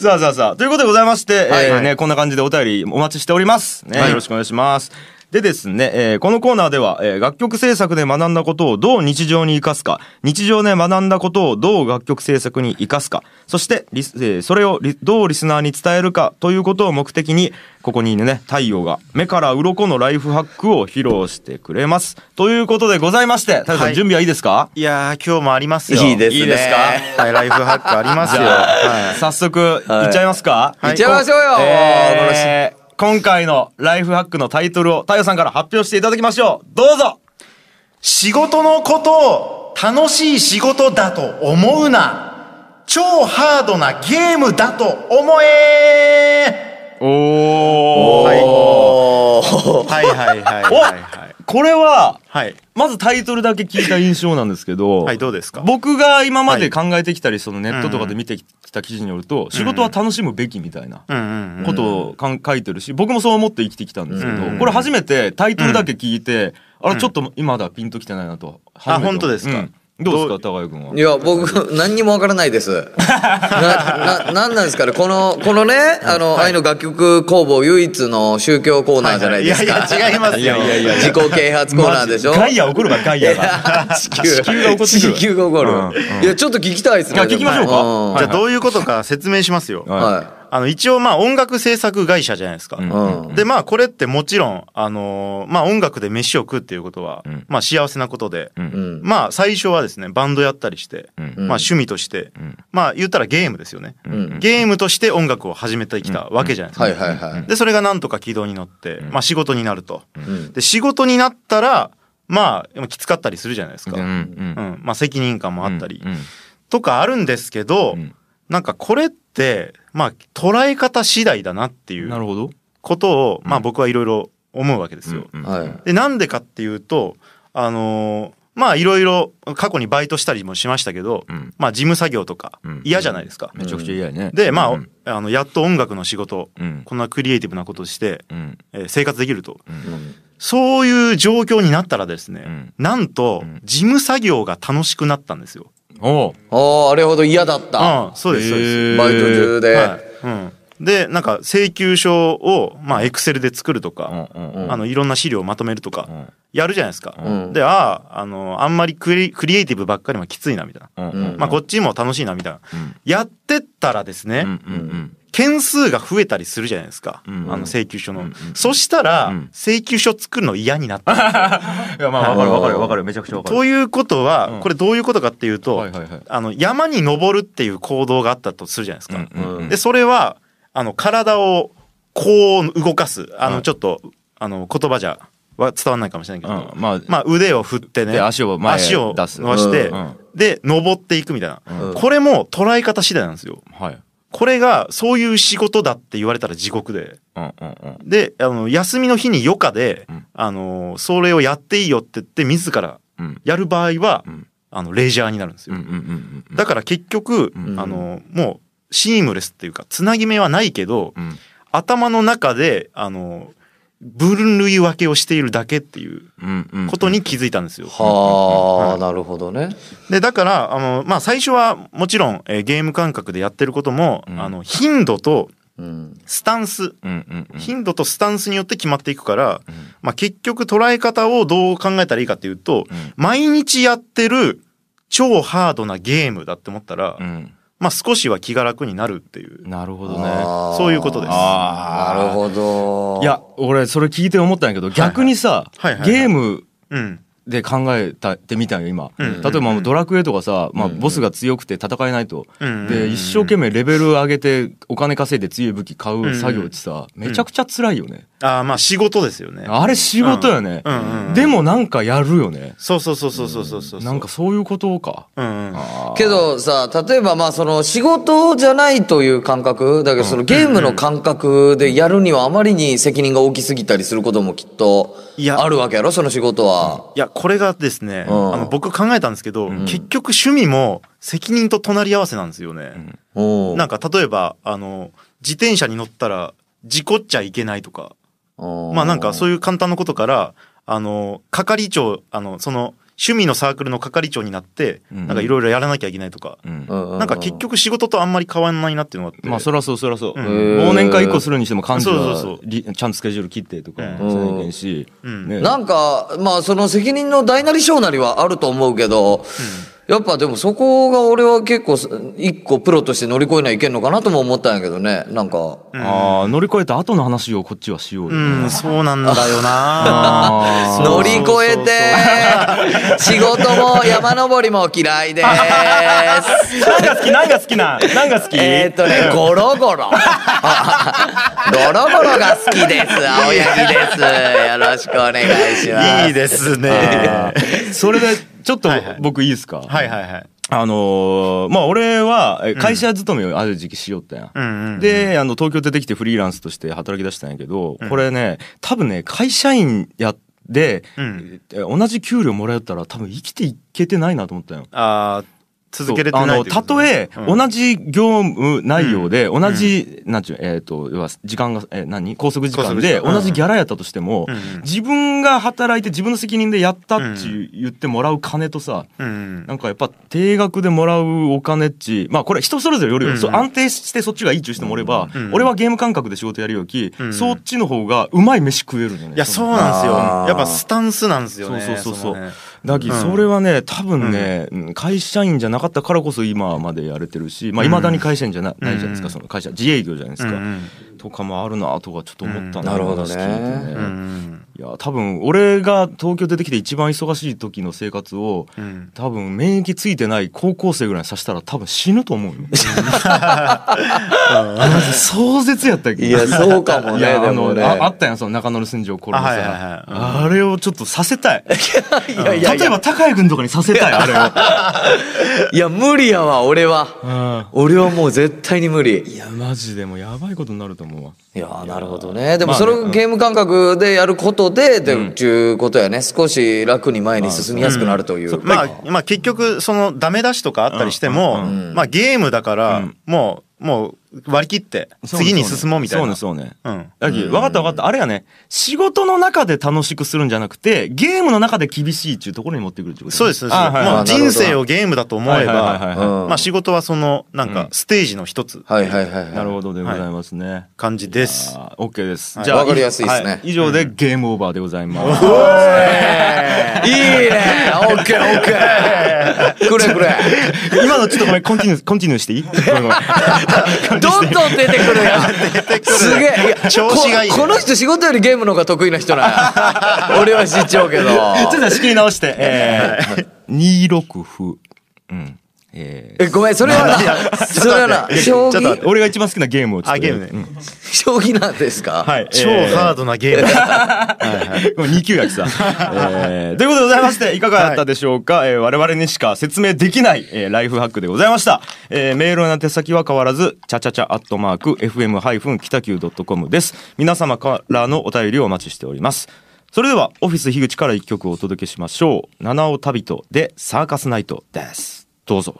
(laughs) さあさあさあ。ということでございまして、
はい
えー
は
ね、こんな感じでお便りお待ちしております。ね、
はい
よろしくお願いします。でですね、えーこのコーナーでは、えー楽曲制作で学んだことをどう日常に生かすか、日常で学んだことをどう楽曲制作に生かすか、そしてリス、えーそれをリどうリスナーに伝えるかということを目的に、ここにね、太陽が目から鱗のライフハックを披露してくれます。ということでございまして、太陽さん、
はい
準備はいいですか
いやー今日もありますよ
いいですね。
いいですか
はいライフハックありますよはい
早速、いっちゃいますか、
いっちゃいましょうよもうこ
えー今回のライフハックのタイトルを太陽さんから発表していただきましょうどうぞ
仕事のことを楽しい仕事だと思うな超ハードなゲームだと思え
おお、
はい
おー
はいはいはいはいはい
これは
はい
まずタイトルだけ聞いた印象なんですけど、
はいどうですか
僕が今まで考えてきたり、そのネットとかで見てきた記事によると、仕事は楽しむべきみたいな
うんうんうん
ことをかん書いてるし、僕もそう思って生きてきたんですけど、
うん
これ初めてタイトルだけ聞いて、あれちょっと今だピンときてないなと。初めて
あ本当ですか
うんどうですか高井君はい
や僕何にもわからないです。なななんなんですかねこのこのねあの、愛の楽曲工房唯一の宗教コーナーじゃ (laughs) ない
い
で
や
す
い
か。
や違いますよ
いやいやいや
自己啓発コーナーでしょ。
ガイア怒るわガイアが
地球
地球が怒ってくる
地球が怒る、
うんうん
いやちょっと聞きたいですね
いや聞きましょうか
ん
は
じゃあどういうことか説明しますよ。
はい
は
あの一応まあ音楽制作会社じゃないですか。
うん
い、うん、
でまあこれってもちろん、あのーまあ音楽で飯を食うっていうことは、
うん
まあ幸せなことで、
うん
まあ最初はですねバンドやったりして、
うん
まあ趣味として、
ん
まあ言ったらゲームですよね、
うん
ゲームとして音楽を始めてきたわけじゃないですか。
はいはいはい、
でそれがなんとか軌道に乗って、まあ仕事になると。
うん
で仕事になったらまあきつかったりするじゃないですか。
うん
(laughs) う
うん
んまあ、責任感もあったり、
うん
とかあるんですけど、
うん
なんかこれってまあ捉え方次第だなってい
な
う
るほど
ことを、まあ、僕はいろいろ思うわけですよ。
うん
はい
でなんでかっていうとあのーまあいろいろ過去にバイトしたりもしましたけど、
うん
まあ事務作業とか
うん
嫌じゃないですか。
めちゃくちゃ嫌やね
でまあ,、
うん
あのやっと音楽の仕事
うん
こんなクリエイティブなことをして、
うん
えー生活できると
うん
そういう状況になったらですね、
うん
なんと
ん
事務作業が楽しくなったんですよ。
おう
あああれほど嫌だった、
ああそうですそうです。
へー
バイト中で、
はいうん、でなんか請求書をまあエクセルで作ると
うん
か、
うん
うん
あのいろんな資料をまとめると
う
か
ん
やるじゃないですか。
うん
であああのあんまりクリクリエイティブばっかりもきついなみたいな、
うん
うん
まあ、こっちも楽しいなみたいな、やってったらですね、
うんうん
件数が増えたりするじゃないですか、
うん
あの請求書の、そしたら、
うん
請求書作るの嫌になった
いやまあわかるわかるわかるめちゃくちゃわかる
ということは、
うん
これどういうことかっていうと、
はいはいはい
あの山に登るっていう行動があったとするじゃないですか、
うんうん
でそれはあの体をこう動かすあ
う
の
ん
ちょっと、あの言葉じゃは伝わんないかもしれないけど、
うんまあ
まあ、腕を振ってね
で足を前へ
足を
出す
伸ばして、
うんうん
で登っていくみたいな、
うん
これも捉え方次第なんですよ。
はい
これがそういう仕事だって言われたら地獄で
うんうんうん
であの休みの日に余暇で、
うん
あのそれをやっていいよって言って自ら
うん
やる場合は、
うん
あのレジャーになるんです
う
よ。
んうんうんうん
だから結局、
うん
あのもうシームレスっていうかつなぎ目はないけど、
うん
頭の中であの分類分けをしているだけっていう
うんうん
ことに気づいたんですよ。
はあ、なるほどね
でだからあの、まあ、最初はもちろん、えーゲーム感覚でやってることも、
うん
あの頻度と
うん
スタンス
うんうんうん
頻度とスタンスによって決まっていくから、まあ、結局捉え方をどう考えたらいいかっていうと、
うん
毎日やってる超ハードなゲームだって思ったら、
うん
まあ、少しは気が楽になるっていう
なるほどね
あー
そういうことです。
あ
なるほど
いや俺それ聞いて思ったんやけど逆にさ
はいはいはい
ゲーム
うん、
で考えたってみたんよ今、
うん
例えばもうドラクエとかさ、まあ、
うん
ボスが強くて戦えないと、
うん
で一生懸命レベル上げてお金稼いで強い武器買う作業ってさ、めちゃくちゃ辛いよね、
ああまあ仕事ですよね。
あれ仕事よね、
うんうんうん
でもなんかやるよね
そうそうそうそうそうそうそう。
なんかそういうことか
うんうん。
けどさ例えばまあその仕事じゃないという感覚だけどそのゲームの感覚でやるにはあまりに責任が大きすぎたりすることもきっと
いや
あるわけやろその仕事は。
いやこれがですね、
うん
あの僕考えたんですけど、結局趣味も責任と隣り合わせなんですよね。
おう
なんか例えばあの自転車に乗ったら事故っちゃいけないとか、
おう
まあなんかそういう簡単なことからあの係長あのその趣味のサークルの係長になって、
うん
なんかいろいろやらなきゃいけないとか、
うん
ううう
なんか結局仕事とあんまり変わんないなっていうのがあって。
まあそらそうそらそう、
うん
忘年会1個するにしても幹事は
そうそうそう
りちゃんとスケジュール切ってとかしな
うん
きゃいけんし、
うん
ね
なんかまあその責任の大なり小なりはあると思うけど、やっぱでもそこが俺は結構一個プロとして乗り越えないといけんのかなとも思ったんやけどねなんか。
ああ乗り越えた後の話をこっちはしようよ、
うん、そうなんだよ
あ
な。 (laughs)
乗り越えて仕事も山登りも嫌いです。
ー何が好き何が好きなん何が好き
えーっとね、ゴロゴロ。ゴロゴロが好きです。青柳です。よろしくお願 (laughs) いします。
いいです
あ
ね。
ーそれでちょっと
はいはい
僕いいですか、
はいはいはい。
あのーまあ俺はえ会社勤めをある時期しよったやん、
うんうんうん
であの東京出てきてフリーランスとして働き出したんやけど、これね多分ね会社員やで、
うん
え同じ給料もらえたら多分生きていけてないなと思ったよ
あー続けれてない
あの
というこ
た
と
とえ、
うん
同じ業務内容で、同じ、なんちゅうえっ、と要は時間が、えー何拘束時間で
拘束時間
同じギャラやったとしても、
うんうん
自分が働いて自分の責任でやったっていう言ってもらう金とさ、
うん
なんかやっぱ定額でもらうお金っちまあこれ人それぞれよるよ、
うん
そう安定してそっちがいいっちゅう人もおれば、
うん
俺はゲーム感覚で仕事やるよき、
うん
そっちの方がうまい飯食えるのね
いやそうなんですよ
あー
やっぱスタンスなんですよね
そうそうそうそう
のね
だき、
うん
それはね多分ね、うん会社員じゃなかったからこそ今までやれてるしいまあ、未だに会社員じゃな,、ないじゃないです
う
か
ん
その会社自営業じゃないですか、
うん
とかもあるなとかちょっと思った
うん
な、
なるほどね
話聞いてね
うんうん
いや多分俺が東京出てきて一番忙しい時の生活を
うん
多分免疫ついてない高校生ぐらいにさしたら多分死ぬと
(laughs)
思うよマジ壮絶やったっけ
いや、そうかも
(laughs) い
ね。
や
で
あ
も
の
ね。
ああったやんその中野の住所を転ぶさ
あはいはいは
あれをちょっとさせたい
いやいやい
例え
や、
ば高井君とかにさせたい
(laughs)
あれを
いや、無理やわ、俺は。俺はもう絶対に無理。
いやマジでもうやばいことになると思うわ
いやーなるほどね。でも
まあ
そ
ね
れをゲーム感覚でやることで、で、ちゅうことやね。少し楽に前に進みやすくなるという。
まあ、まあ結局そのダメ出しとかあったりしても、まあゲームだから、もうもう割り切って次に進もうみたいな
そうねそうね
うん
だけど分かった分かったあれやね仕事の中で楽しくするんじゃなくてゲームの中で厳しいっていうところに持ってくるってことね
そうですそうです
あはい
も
は
う
い
なるほど
人生をゲームだと思え
はいはいはいはい
ば
うん
まあ仕事はそのなんかステージの一つ
はいはいはいはい。
なるほどでございますね
感じです、
あー OK です
はい
じゃあ
わかりやすいですね
は以上でゲームオーバーでございます
いいねオッケーオッケーくれくれ
今のちょっとごめんコンティニューコンティニューしていい
(laughs)
ごめんごめん
どんどん出てくるやん
出てくる
すげえや
調子がいいね
ここの人仕事よりゲームの方が得意な人なんや俺は知っちゃうけど
ちょっと仕切り直してえー2六歩うんえー
えごめんそれはなそれはな将
ちょっと待
棋
俺が一番好きなゲームをちょっと
あゲームね
うん
将棋なんですか
はい
超ハードな
(laughs)
ゲーム、
これ二級やきさ、えーということでございまして、いかがだったでしょうか、えー我々にしか説明できない、えーライフハックでございました。えーメールの手先は変わらず、ちゃちゃちゃアットマーク、fm- 北九 .com です。皆様からのお便りをお待ちしております。それでは、オフィス樋口から一曲をお届けしましょう。七尾旅人でサーカスナイトです。どうぞ。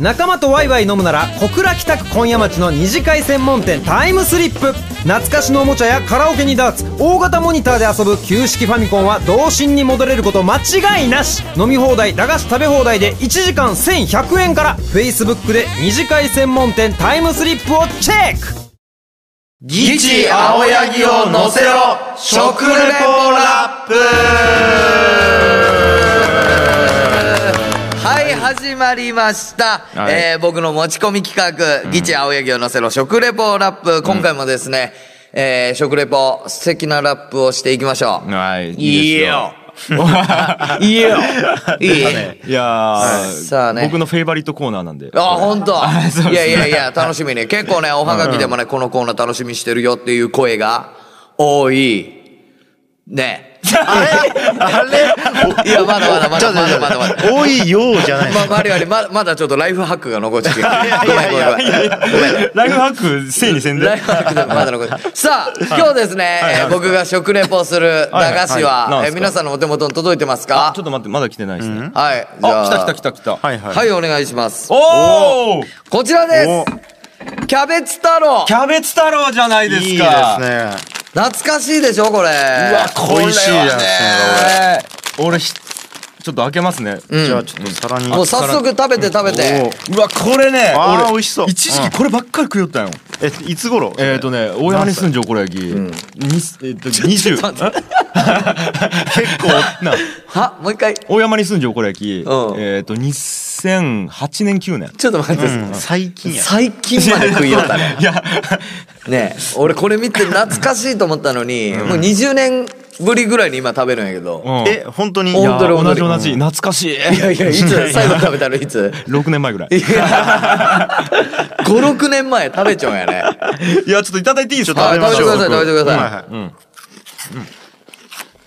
仲間とワイワイ飲むなら小倉北区今夜町の二次会専門店タイムスリップ懐かしのおもちゃやカラオケにダーツ大型モニターで遊ぶ旧式ファミコンは童心に戻れること間違いなし飲み放題駄菓子食べ放題で1時間1100円から Facebook で二次会専門店タイムスリップをチェック
ギチ青柳を乗せろ食レポラップはい始まりました、
はい
えー僕の持ち込み企画、ギチ青柳を乗せろ食レポラップ今回もですね、えー食レポ素敵なラップをしていきましょう、
はい。
いい
です
よいいよ
(laughs)
いい
いやー、
さあね
僕のフェイバリットコーナーなんで。
あ、本
そう
当。い
で
や
すね
いやいや、楽しみね。結構ね、おはがきでもね、このコーナー楽しみにしてるよっていう声が多い。ね。 (laughs)
あれ
いや、まだまだま
ちょ
だ
っと待って
まだまだまだ。
多いようじゃない
まあ、まあ、あれあれ、ままだちょっとライフハックが残ってきてる。ごめんごめんごめん。
ライフハック、せいにせんで
ライ。フハックでまだ残ってるさあ、今日ですね、えー僕が食レポする駄菓子
はいはいはい
は、
なんす
えー
か
皆さんのお手元に届いてます
あ
か
ちょっと待って、まだ来てないですね。
はい。じゃ
あ、来た来た来た来た。
はいはい、
はい、お願いします。
おお
こちらです。キャベツ太郎
キ。ャベツ太郎じゃないですか。
いいですね
懐かしいでしょ、これ。
うわ、これ
美味しいやつね
はね俺、ひちょっと開けますね。
じゃあちょっと皿に、
もう早速食べて食べて。
おうわ、これね、
あー
俺
美味しそう
一時期こればっかり食いよったんよ。
えいつ頃
えっとね、大山に住んじょう、これやき。にえっと、
ちょっと
20。 (laughs)
待って
結構、な、
はもう一回。ち
大山に住んじょう、これやき。えっ
うん
と、2008年、9年。
ょっと待ってください、
最近や
最近まで食いよ
(laughs)
ったね。
いや、
ねえ俺これ見て懐かしいと思ったのに、もう20年ぶりぐらいに今食べるんやけど。
うん
え本当に
お
い
い
や
や
本当に
同
本
じ
当に
同じ、懐かしい。
いやいや、いつ
(laughs)
最後食べたのいつ
6年前ぐらい。
いや ?5、6年前食べちゃうんやね。
いや、ちょっといただいていいですか
あ食べてください、食べてくだ
はい
さ。
はいい、うん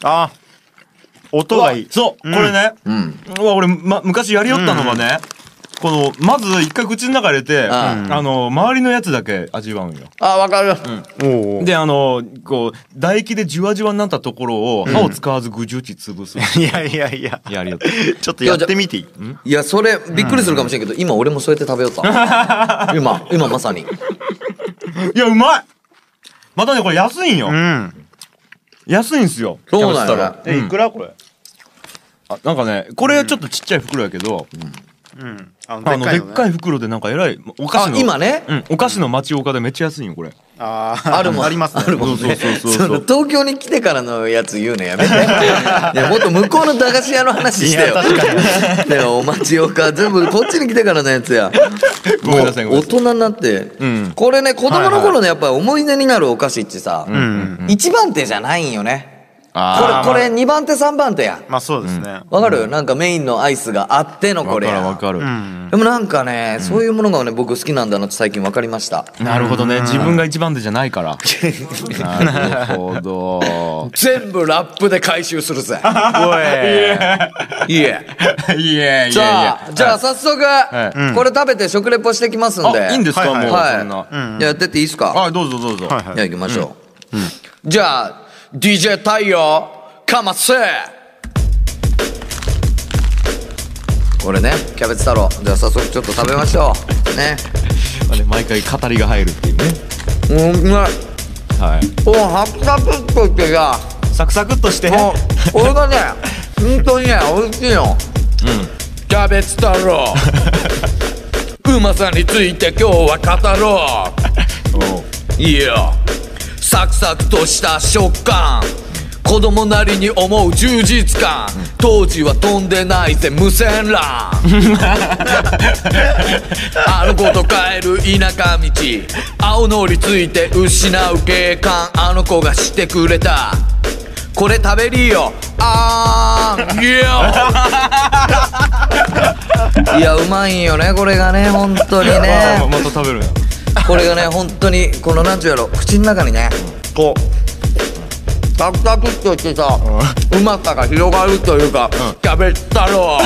あ音がいい
そう、これね。うわ、俺、ま、昔やりよったのがね、この、まず一回口の中入れて、
あ
うんあの、周りのやつだけ味わうんよ。
あ、わかる。
おう
で、あの、こう、唾液でじわじわになったところを、歯を使わずぐじゅち潰す。
いやいやいや
いや、ありがとう。
ちょっとやってみていい
いや、それ、びっくりするかもしれんけど、今俺もそうやって食べよった。今、今まさに。
いや、うまいまたね、これ安いんよ。
うん
安いんすよ。
そうなん
キャベツ太
や
郎。
えいくらこれ
あなんかね、これちょっとちっちゃい袋やけど、
うんあ
あの、でっか
い
い袋でなんかえらい、お菓子
あ
の。、
今ね。
うん、お菓子の町岡でめっちゃ安いんよ、これ。
あー
あるもん
ありますね
あるもん
そうそうそう
そ
そ
の
う。
東京に来てからのやつ言うのや
(laughs)
めて。いやもっと向こうの駄菓子屋の話してよ。確かに。ねお待ちよか。全部こっちに来てからのやつや。
ごめんなさいご
も
めんなさ
う大
い
人になって
ん。
これね、子供の頃のやっぱり思い出になるお菓子ってさ、
ん
一番手じゃないんよね。こ
あ
れ、これ二番手三番手や。
まあそうですね
わかるなんかメインのアイスがあっての
ー、わか
これ
る
や。
わかる。
うん
でもなんかね、そういうものがね、僕好きなんだなって最近わかりました。
なるほどね。自分が一番手じゃないから。 (laughs) なるほど。
全部ラップで回収す
(laughs)
るぜ。
おい
いいえ。
いやいやい
じゃあ、じゃあ早速、
はい
これ食べて食レポしてきますんで。
あ、いいんですか、
はい
もう、
はい
そんな。
じゃあやってっていいですか、
はい、どうぞどうぞ。
はい
じゃあ行きましょう。じゃあ、DJ 太陽、かませこれね、キャベツ太郎。じゃあ早速ちょっと食べましょう。ね。
まあね毎回語りが入るっていうね。
うん、うまい。
はい。
おハプサプっとしてさ、
サクサクっとして。
もう、これがね、本当にね、美味しいの。キャベツ太郎。うまさについて今日は語ろう。いやサクサクとした食感子供なりに思う充実感当時は飛んでないぜ
(laughs)
無線ランあの子と帰る田舎道青のりついて失う景観あの子がしてくれたこれ食べりよあ
(laughs)
ーんいやいやうまいんよねこれがね本当に
あ
ね
ままた食べるんや
これがね本当にこのなんちゅうやろ口の中にねこうサクサクっとしてさ、うまさが広がるというか、キャベツ太郎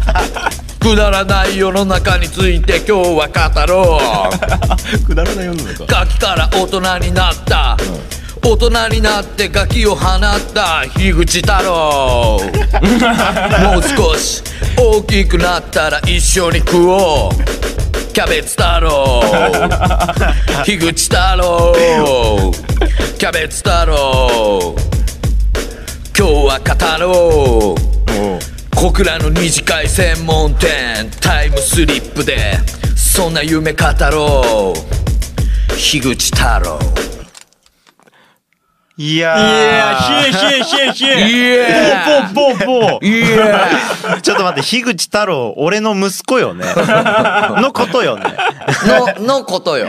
(laughs)
くだらない世の中について今日は語ろう
(laughs) くだらない世の中。
ガキから大人になった、大人になってガキを放った樋口太
(laughs)
郎もう少し大きくなったら一緒に食おうキャベツ太郎樋口太郎キャベツ太郎今日は語ろう小倉の二次会専門店タイムスリップでそんな夢語ろう樋口太郎
いやー
え、ひえひえひえ。
イエ
ぼぼぼぼ。
ーイエ
(laughs) ちょっと待って樋口太郎俺の息子よねのことよね
ーののことよ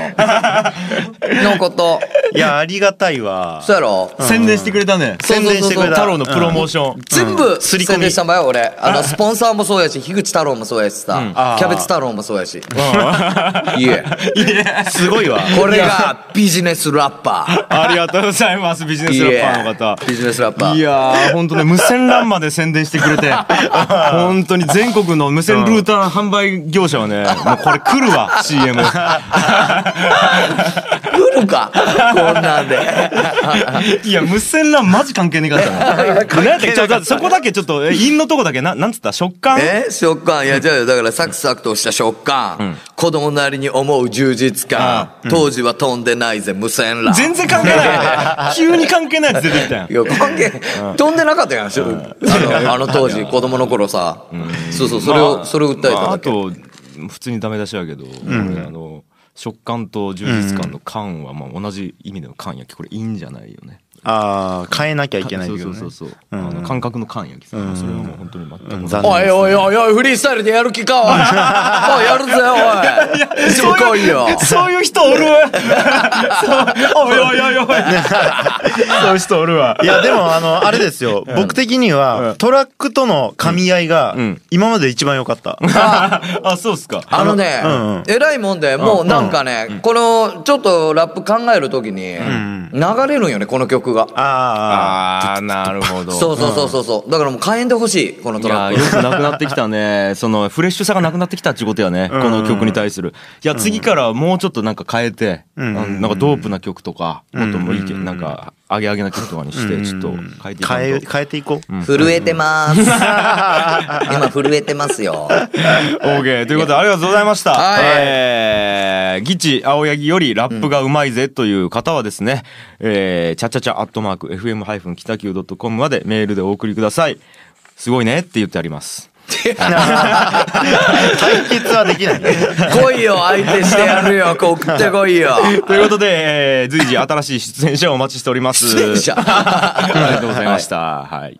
のこと
いやありがたいわ
そうやろ
宣伝してくれたね。
そうそうそう
宣伝してくれた
太郎のプロモーション。
全部
刷
宣
り込み
伝したんばよ俺あのスポンサーもそうやし樋口太郎もそうやしさ
あー
キャベツ太郎もそうやしいえ
(laughs)
すごいわ
これがビジネスラッパー
ありがとうございます、ビジネス
い
ラッ
え
パーの方。
ビジネスラッパー
いやー、ほんとね、無線 LAN まで宣伝してく (laughs) れて、ほんとに全国の無線ルーター販売業者はね、もうこれ来る (laughs) わ、CM。
来るかこんなんで (laughs)
(laughs) いや、無線 LAN マジ関係ねえかったな。なんだっけちょだってそこだけちょっと、え陰のとこだけ、ななんつった食感
え食感いや違うよだからサクサクとした食感、子供なりに思う充実感、当時は飛んでないぜ無線ら
全然関係ない。 (laughs) 急に関係ないやつ出てきたやん
い。や関係、飛んでなかったやん、しょあのあの当時子供の頃さ、そうそうそれを、
まあ
それを訴え
まあ
ただ
あ
け、
と普通にダメ出しやけど、これあの食感と充実感の感はまあ同じ意味での感やきこれいいんじゃないよね。
ああ変えなきゃいけない
そう
けど
そう
ね
そうそう。あの感覚の感やきさ、それはもう本当に全く。
残
おいおいおいおいフリースタイルでやる気か (laughs) おいおいやるぜおいいつも来いよ
そういう人おる。そうおいおいおいおい。そういう人おるわ
い。やでもあのあれですよ僕的にはトラックとの噛み合いが
ん
今まで一番良かった
あ、そうっすか。
あのね、
うんうん
偉いもんで、もうなんかね、この、ちょっとラップ考えるときに、流れるんよね、この曲
が。
あ
ああなるほど
そうそうそうそうそう。だからもう変えんでほしい、この
い
ト
や
ラッ
よ
プ。
くなくなってきた (laughs) ねそのフレッシュさがなくなってきたってことやねこの曲に対するいや次からもうちょっとなんか変えて
ん
なんなんかドープな曲とかもっともういいけなんか上げ上げな曲とかにしてちょっと変えていかんと
変え変えていこう、
震えてます。今震えてますよ。
オーケーということでありがとうございました。
はい
えー、ギチ青柳よりラップがうまいぜという方はですね、えー、ちゃちゃちゃアットマーク FM- 北九 .com までメールでお送りください。すごいねって言ってあります。
対決はでき (laughs) ないね
来いよ、相手してやるよ。こう送ってこいよ。
ということで、えー、随時新しい出演者をお待ちしております。
出演者。
ありがとうございました。はい。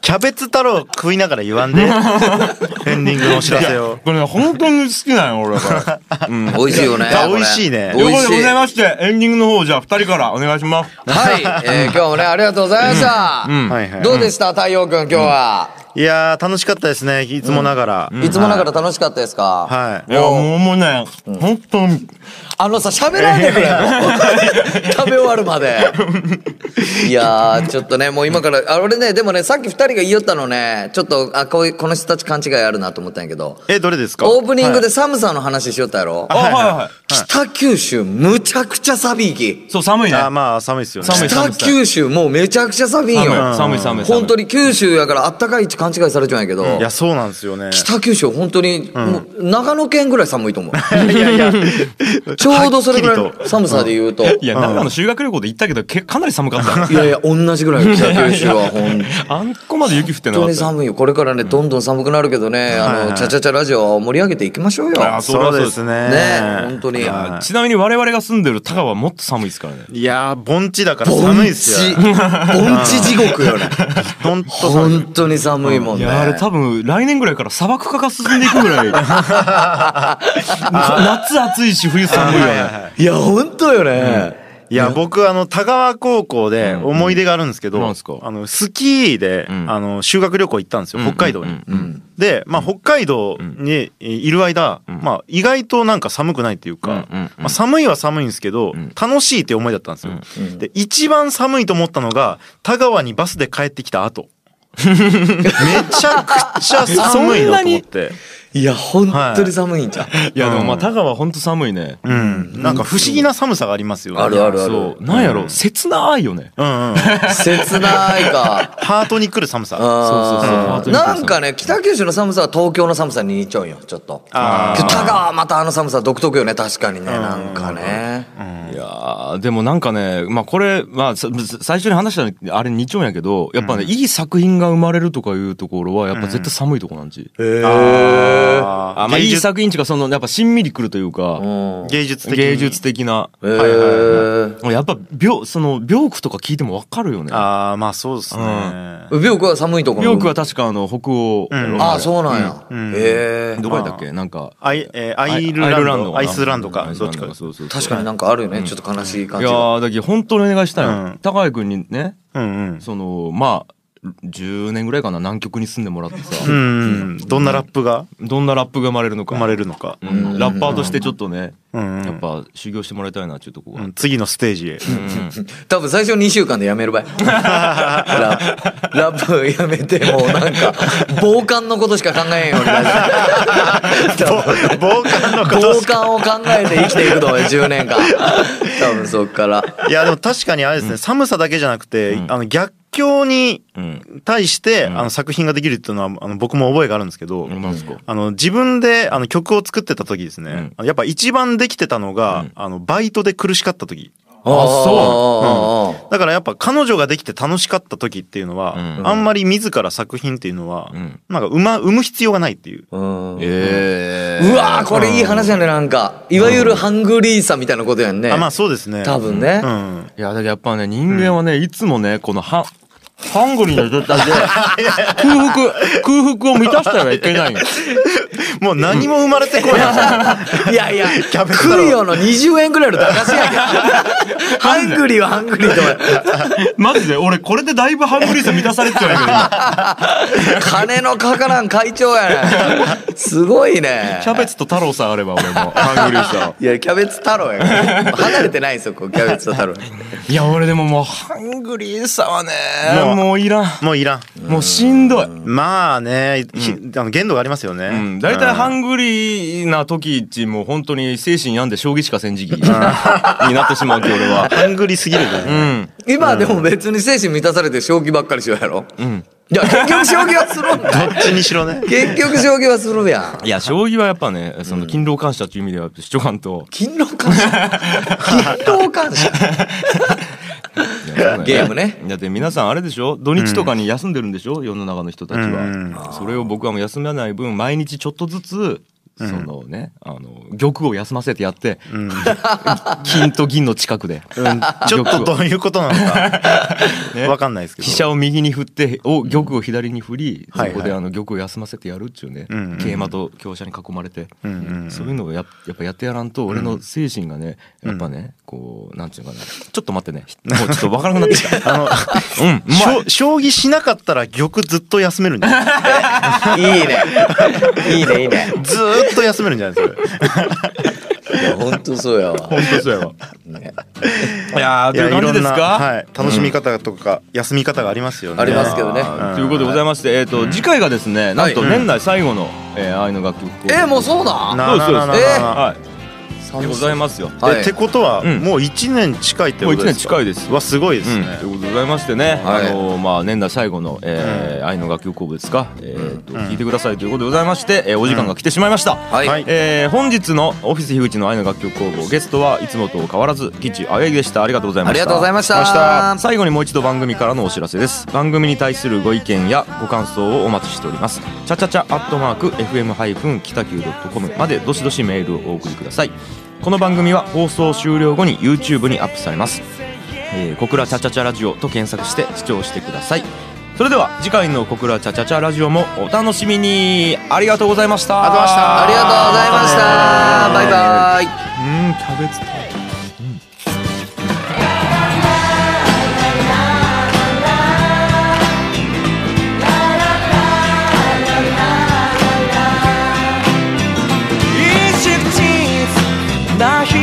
キャベツ太郎食いながら言わんでエンディングのお知らせを
これね、本当に好きなの、俺は。
美味しいよね
いや。
これ
美味しいね
とい
美
うこと
味し
でござ
い。
い
は
まして、エンディングの方、じゃあ、二人からお願いします。
い。えー今日もね、ありがとうございました。
はいはい
どうでした太陽くん、今日は。
いやー楽しかったですねいつもながら、
いつもながら楽しかったですか
はい
いや、もうもうね、本当に、
あのさ、喋らんでくれよ。食べ終わる
(laughs)
まで。いやー、ちょっとね、もう今から、あ、俺ね、でもね、さっき二人が言いよったのね、ちょっと、あ、こういう、この人たち勘違いあるなと思ったんやけど、
えどれですか
オープニングで寒さの話しよったやろ、
あ、はいは
北九州、むちゃくちゃ寒いき。
い。そう、寒いね。
あーまあ寒いですよね
寒い
北九州、もうめちゃくちゃ寒いん
寒い、
よ。
寒い、寒い。
本当に九州やからあったかい位置勘違いされちゃうんやけど、
いやそうなんですよね
北九州本当に、もう長野県ぐらい寒いと思う。
(laughs)
いやいや
(laughs) ちょうどそれぐらい
はっき
の
り
寒さで言うと。
いや、長野修学旅行で行ったけど、けかなり寒か
(laughs)
った。
いやいや、同じぐらいよ北九州は本
あんこまで雪降ってな
当
かっ
に
た。
寒いよ。これからね、どんどん寒くなるけどね、あの、ちゃちゃちゃラジオを盛り上げていきましょうよ。
あ
ね
ー
とそうですね
本当に。
は
ちなみに我々が住んでる田川はもっと寒いですからね。
いやー盆地だから
盆
寒い
地、
ですよ
盆地地獄よね。
ほんと寒い
本当に寒いもん
い
ね。
や、あれ多分来年ぐらいから砂漠化が進んでいくぐらい。夏暑いし、冬寒いよね。
いや、本当よね。
いや僕あの田川高校で思い出があるんですけど、
うんなんすか
あのスキーで、
ん
あの修学旅行行ったんですよ、北海道に。で、まあ、北海道にいる間、まあ、意外となんか寒くないっていうか、
うんうんうん
まあ、寒いは寒いんですけど、楽しいって思いだったんですよ。で一番寒いと思ったのが田川にバスで帰ってき
(laughs)
た後めちゃくちゃ寒いなと思って。
いや、本当に寒いんじゃん。
いや、でもまあ田川ほんと寒いね。
うん、なんか不思議な寒さがありますよね。
あるあるある。
そう。なんやろ、切ないよね。
うんうん、
切ない
(laughs)
か。
ハートに来る寒さ。
そうそう
あ
本当
ー
にそう
なんかね、北九州の寒さは東京の寒さに似ちゃうんよ、ちょっと。
あー
北川はまたあの寒さ独特よね、確かにね、なんかね。
いやーでもなんかね、まあこれ、まあさ最初に話したあれ2丁やけど、やっぱね、いい作品が生まれるとかいうところは、やっぱ絶対寒いとこなんち。
あー
あまあい
芸
い
術
作品っていうか、その、やっぱしんみりくるというか、
うん。
芸術的に
芸術的な。
えー。
やっぱ、病、その、病句とか聞いてもわかるよね。
ああまあそうですね、
ビョークは寒いところ。
病句は確かあの、北欧やろ。
ああ、そうなんや。ええ
ど。こやったっけなんか、
アイえーアイルランドアイ
かな
スランドか
アイス
ど
ラン
っち
ド
か
かそうそうそう
確かになんかあるよね、ちょっと悲しい感
い
じ
や
が。
ーだけど本当にお願いしたいの、
うん
高井君にね
うんうん
そのまあ10年ぐらいかな南極に住んでもらってさ、
うんうんどんなラップが
どんなラップが生まれるのか
生まれるのか、
うんラッパーとしてちょっとね、
んうん
やっぱ修行してもらいたいなっていうとこ
う
が、
ん、次のステージへ、
多分最初2週間でやめるばい。ラップ、ラップやめて、もうなんか、防寒のことしか考えんようになる多分
防寒のこと
防寒を考えて生きていくと思うよ10年間多分そっから
いやでも確かにあれですね、寒さだけじゃなくて、あの逆境に
ん
対して、あの作品ができるっていうのはあの僕も覚えがあるんですけど、
なんすか
あの自分であの曲を作ってた時ですね、あのやっぱ一番できてたのが、あのバイトで苦しかった時。
あ
う
そ
だからやっぱ彼女ができて楽しかった時っていうのは、
う
あんまり自ら作品っていうのは、
ん
なんか生ま生む必要がないっていう。
ううんう
ええ
わーこれいい話やねなんかいわゆるハングリーさみたいなことやんね
あまあそうですね。
多分ね
うん。
いやだけどやっぱね人間はね、いつもねこのはハングリーの状態で、空腹、空腹を満たしてはいけないんです。
もう何も生まれてこない
やいや、
キャベツ太
ク
郎
リオの20円ぐらいの駄菓子やけど。ハングリーはハングリーと
(laughs) マジで、俺これでだいぶハングリーさ満たされてはいけない。
金のかからん会長やねすごいね
(laughs) キ。ャベツと太郎さんあれば俺も、ハングリーさ。
いや、キャベツ太郎やから。離れてないんですよ、こうキャベツと太郎。
いや、俺でももう、ハングリーさはね、
もう
もういらん。
もういらん
もうしんどい。
まあね、ひあの限度がありますよね、
うん、大体ハングリーな時ってもう本当に精神病んで将棋しか戦時 (laughs) 期になってしまうって俺は。
ハングリーすぎるよ
う
ね
ん。
今でも別に精神満たされて将棋ばっかりしようやろ。うん。いや、結局将棋はするんだ。
(laughs) どっちにしろね
結局将棋はするやん。
いや、将棋はやっぱね、その勤労感謝という意味では、主張感と、
勤労感謝勤労感謝ゲームね。
だって皆さんあれでしょ土日とかに休んでるんでしょ、世の中の人たち
うん
は。それを僕はもう休まない分、毎日ちょっとずつ、そのね、あの、玉を休ませてやって、 (laughs) 金と銀の近くで、
ちょっと
玉
ど
を
ういうことなのかわかんないですけど
飛車を右に振ってお玉を左に振り、
はいはい
そこであの玉を休ませてやるっていうね、
うんうんうん
桂馬と香車に囲まれて、
うんうんうん
そういうのをややっぱやってやらんと俺の精神がねやっぱねこうなんていうのかなちょっと待ってねもうちょっとわからなくなってきた
(laughs) あの
うんうま
し
い
ょ将棋しなかったら玉ずっと休めるんじゃない
(laughs) いいね。いいね、いいね。
ずーっと休めるんじゃないですか
いや、ほんとそうやわ。
本当そうや (laughs) わいやー
い
とい
や
う
い
感
ろ
じ
ん
です
な、
か
はい、楽しみ方とか、休み方がありますよね
ありますけどね
ん
ということでございまして、えっ、と、次回がですね、なんと
はい
年内最後の、えー愛の楽曲コーナー。
え、もうそうだ
なあなあなあなあ
そうですえ
なあ
はい。でございますよ。
は
え
い
ってことは、
うん
もう1年近いって
もう
こ
一
とで
年
すか
近いです。
わすごいですね、
うん、ということでございましてね、
はい
あのーまあ年内最後の、えー愛の楽曲公募ですか、えーと聞いてくださいということでございまして、えーお時間が来てしまいました、
はい。
はい
えー本日のオフィス樋口の愛の楽曲工房ゲストはいつもと変わらず吉あやぎでしたありがとうございました
ありがとうございました
最後にもう一度番組からのお知らせです番組に対するご意見やご感想をお待ちしておりますチャチャチャアットマーク FM- 北九 .com までどしどしメールをお送りくださいこの番組は放送終了後に YouTube にアップされますえー、小倉チャチャチャラジオと検索して視聴してくださいそれでは次回の小倉チャチャチャラジオもお楽しみにありがとうございました
ありがとうございました。バイバイ。
うんキャベツ太郎
一日な日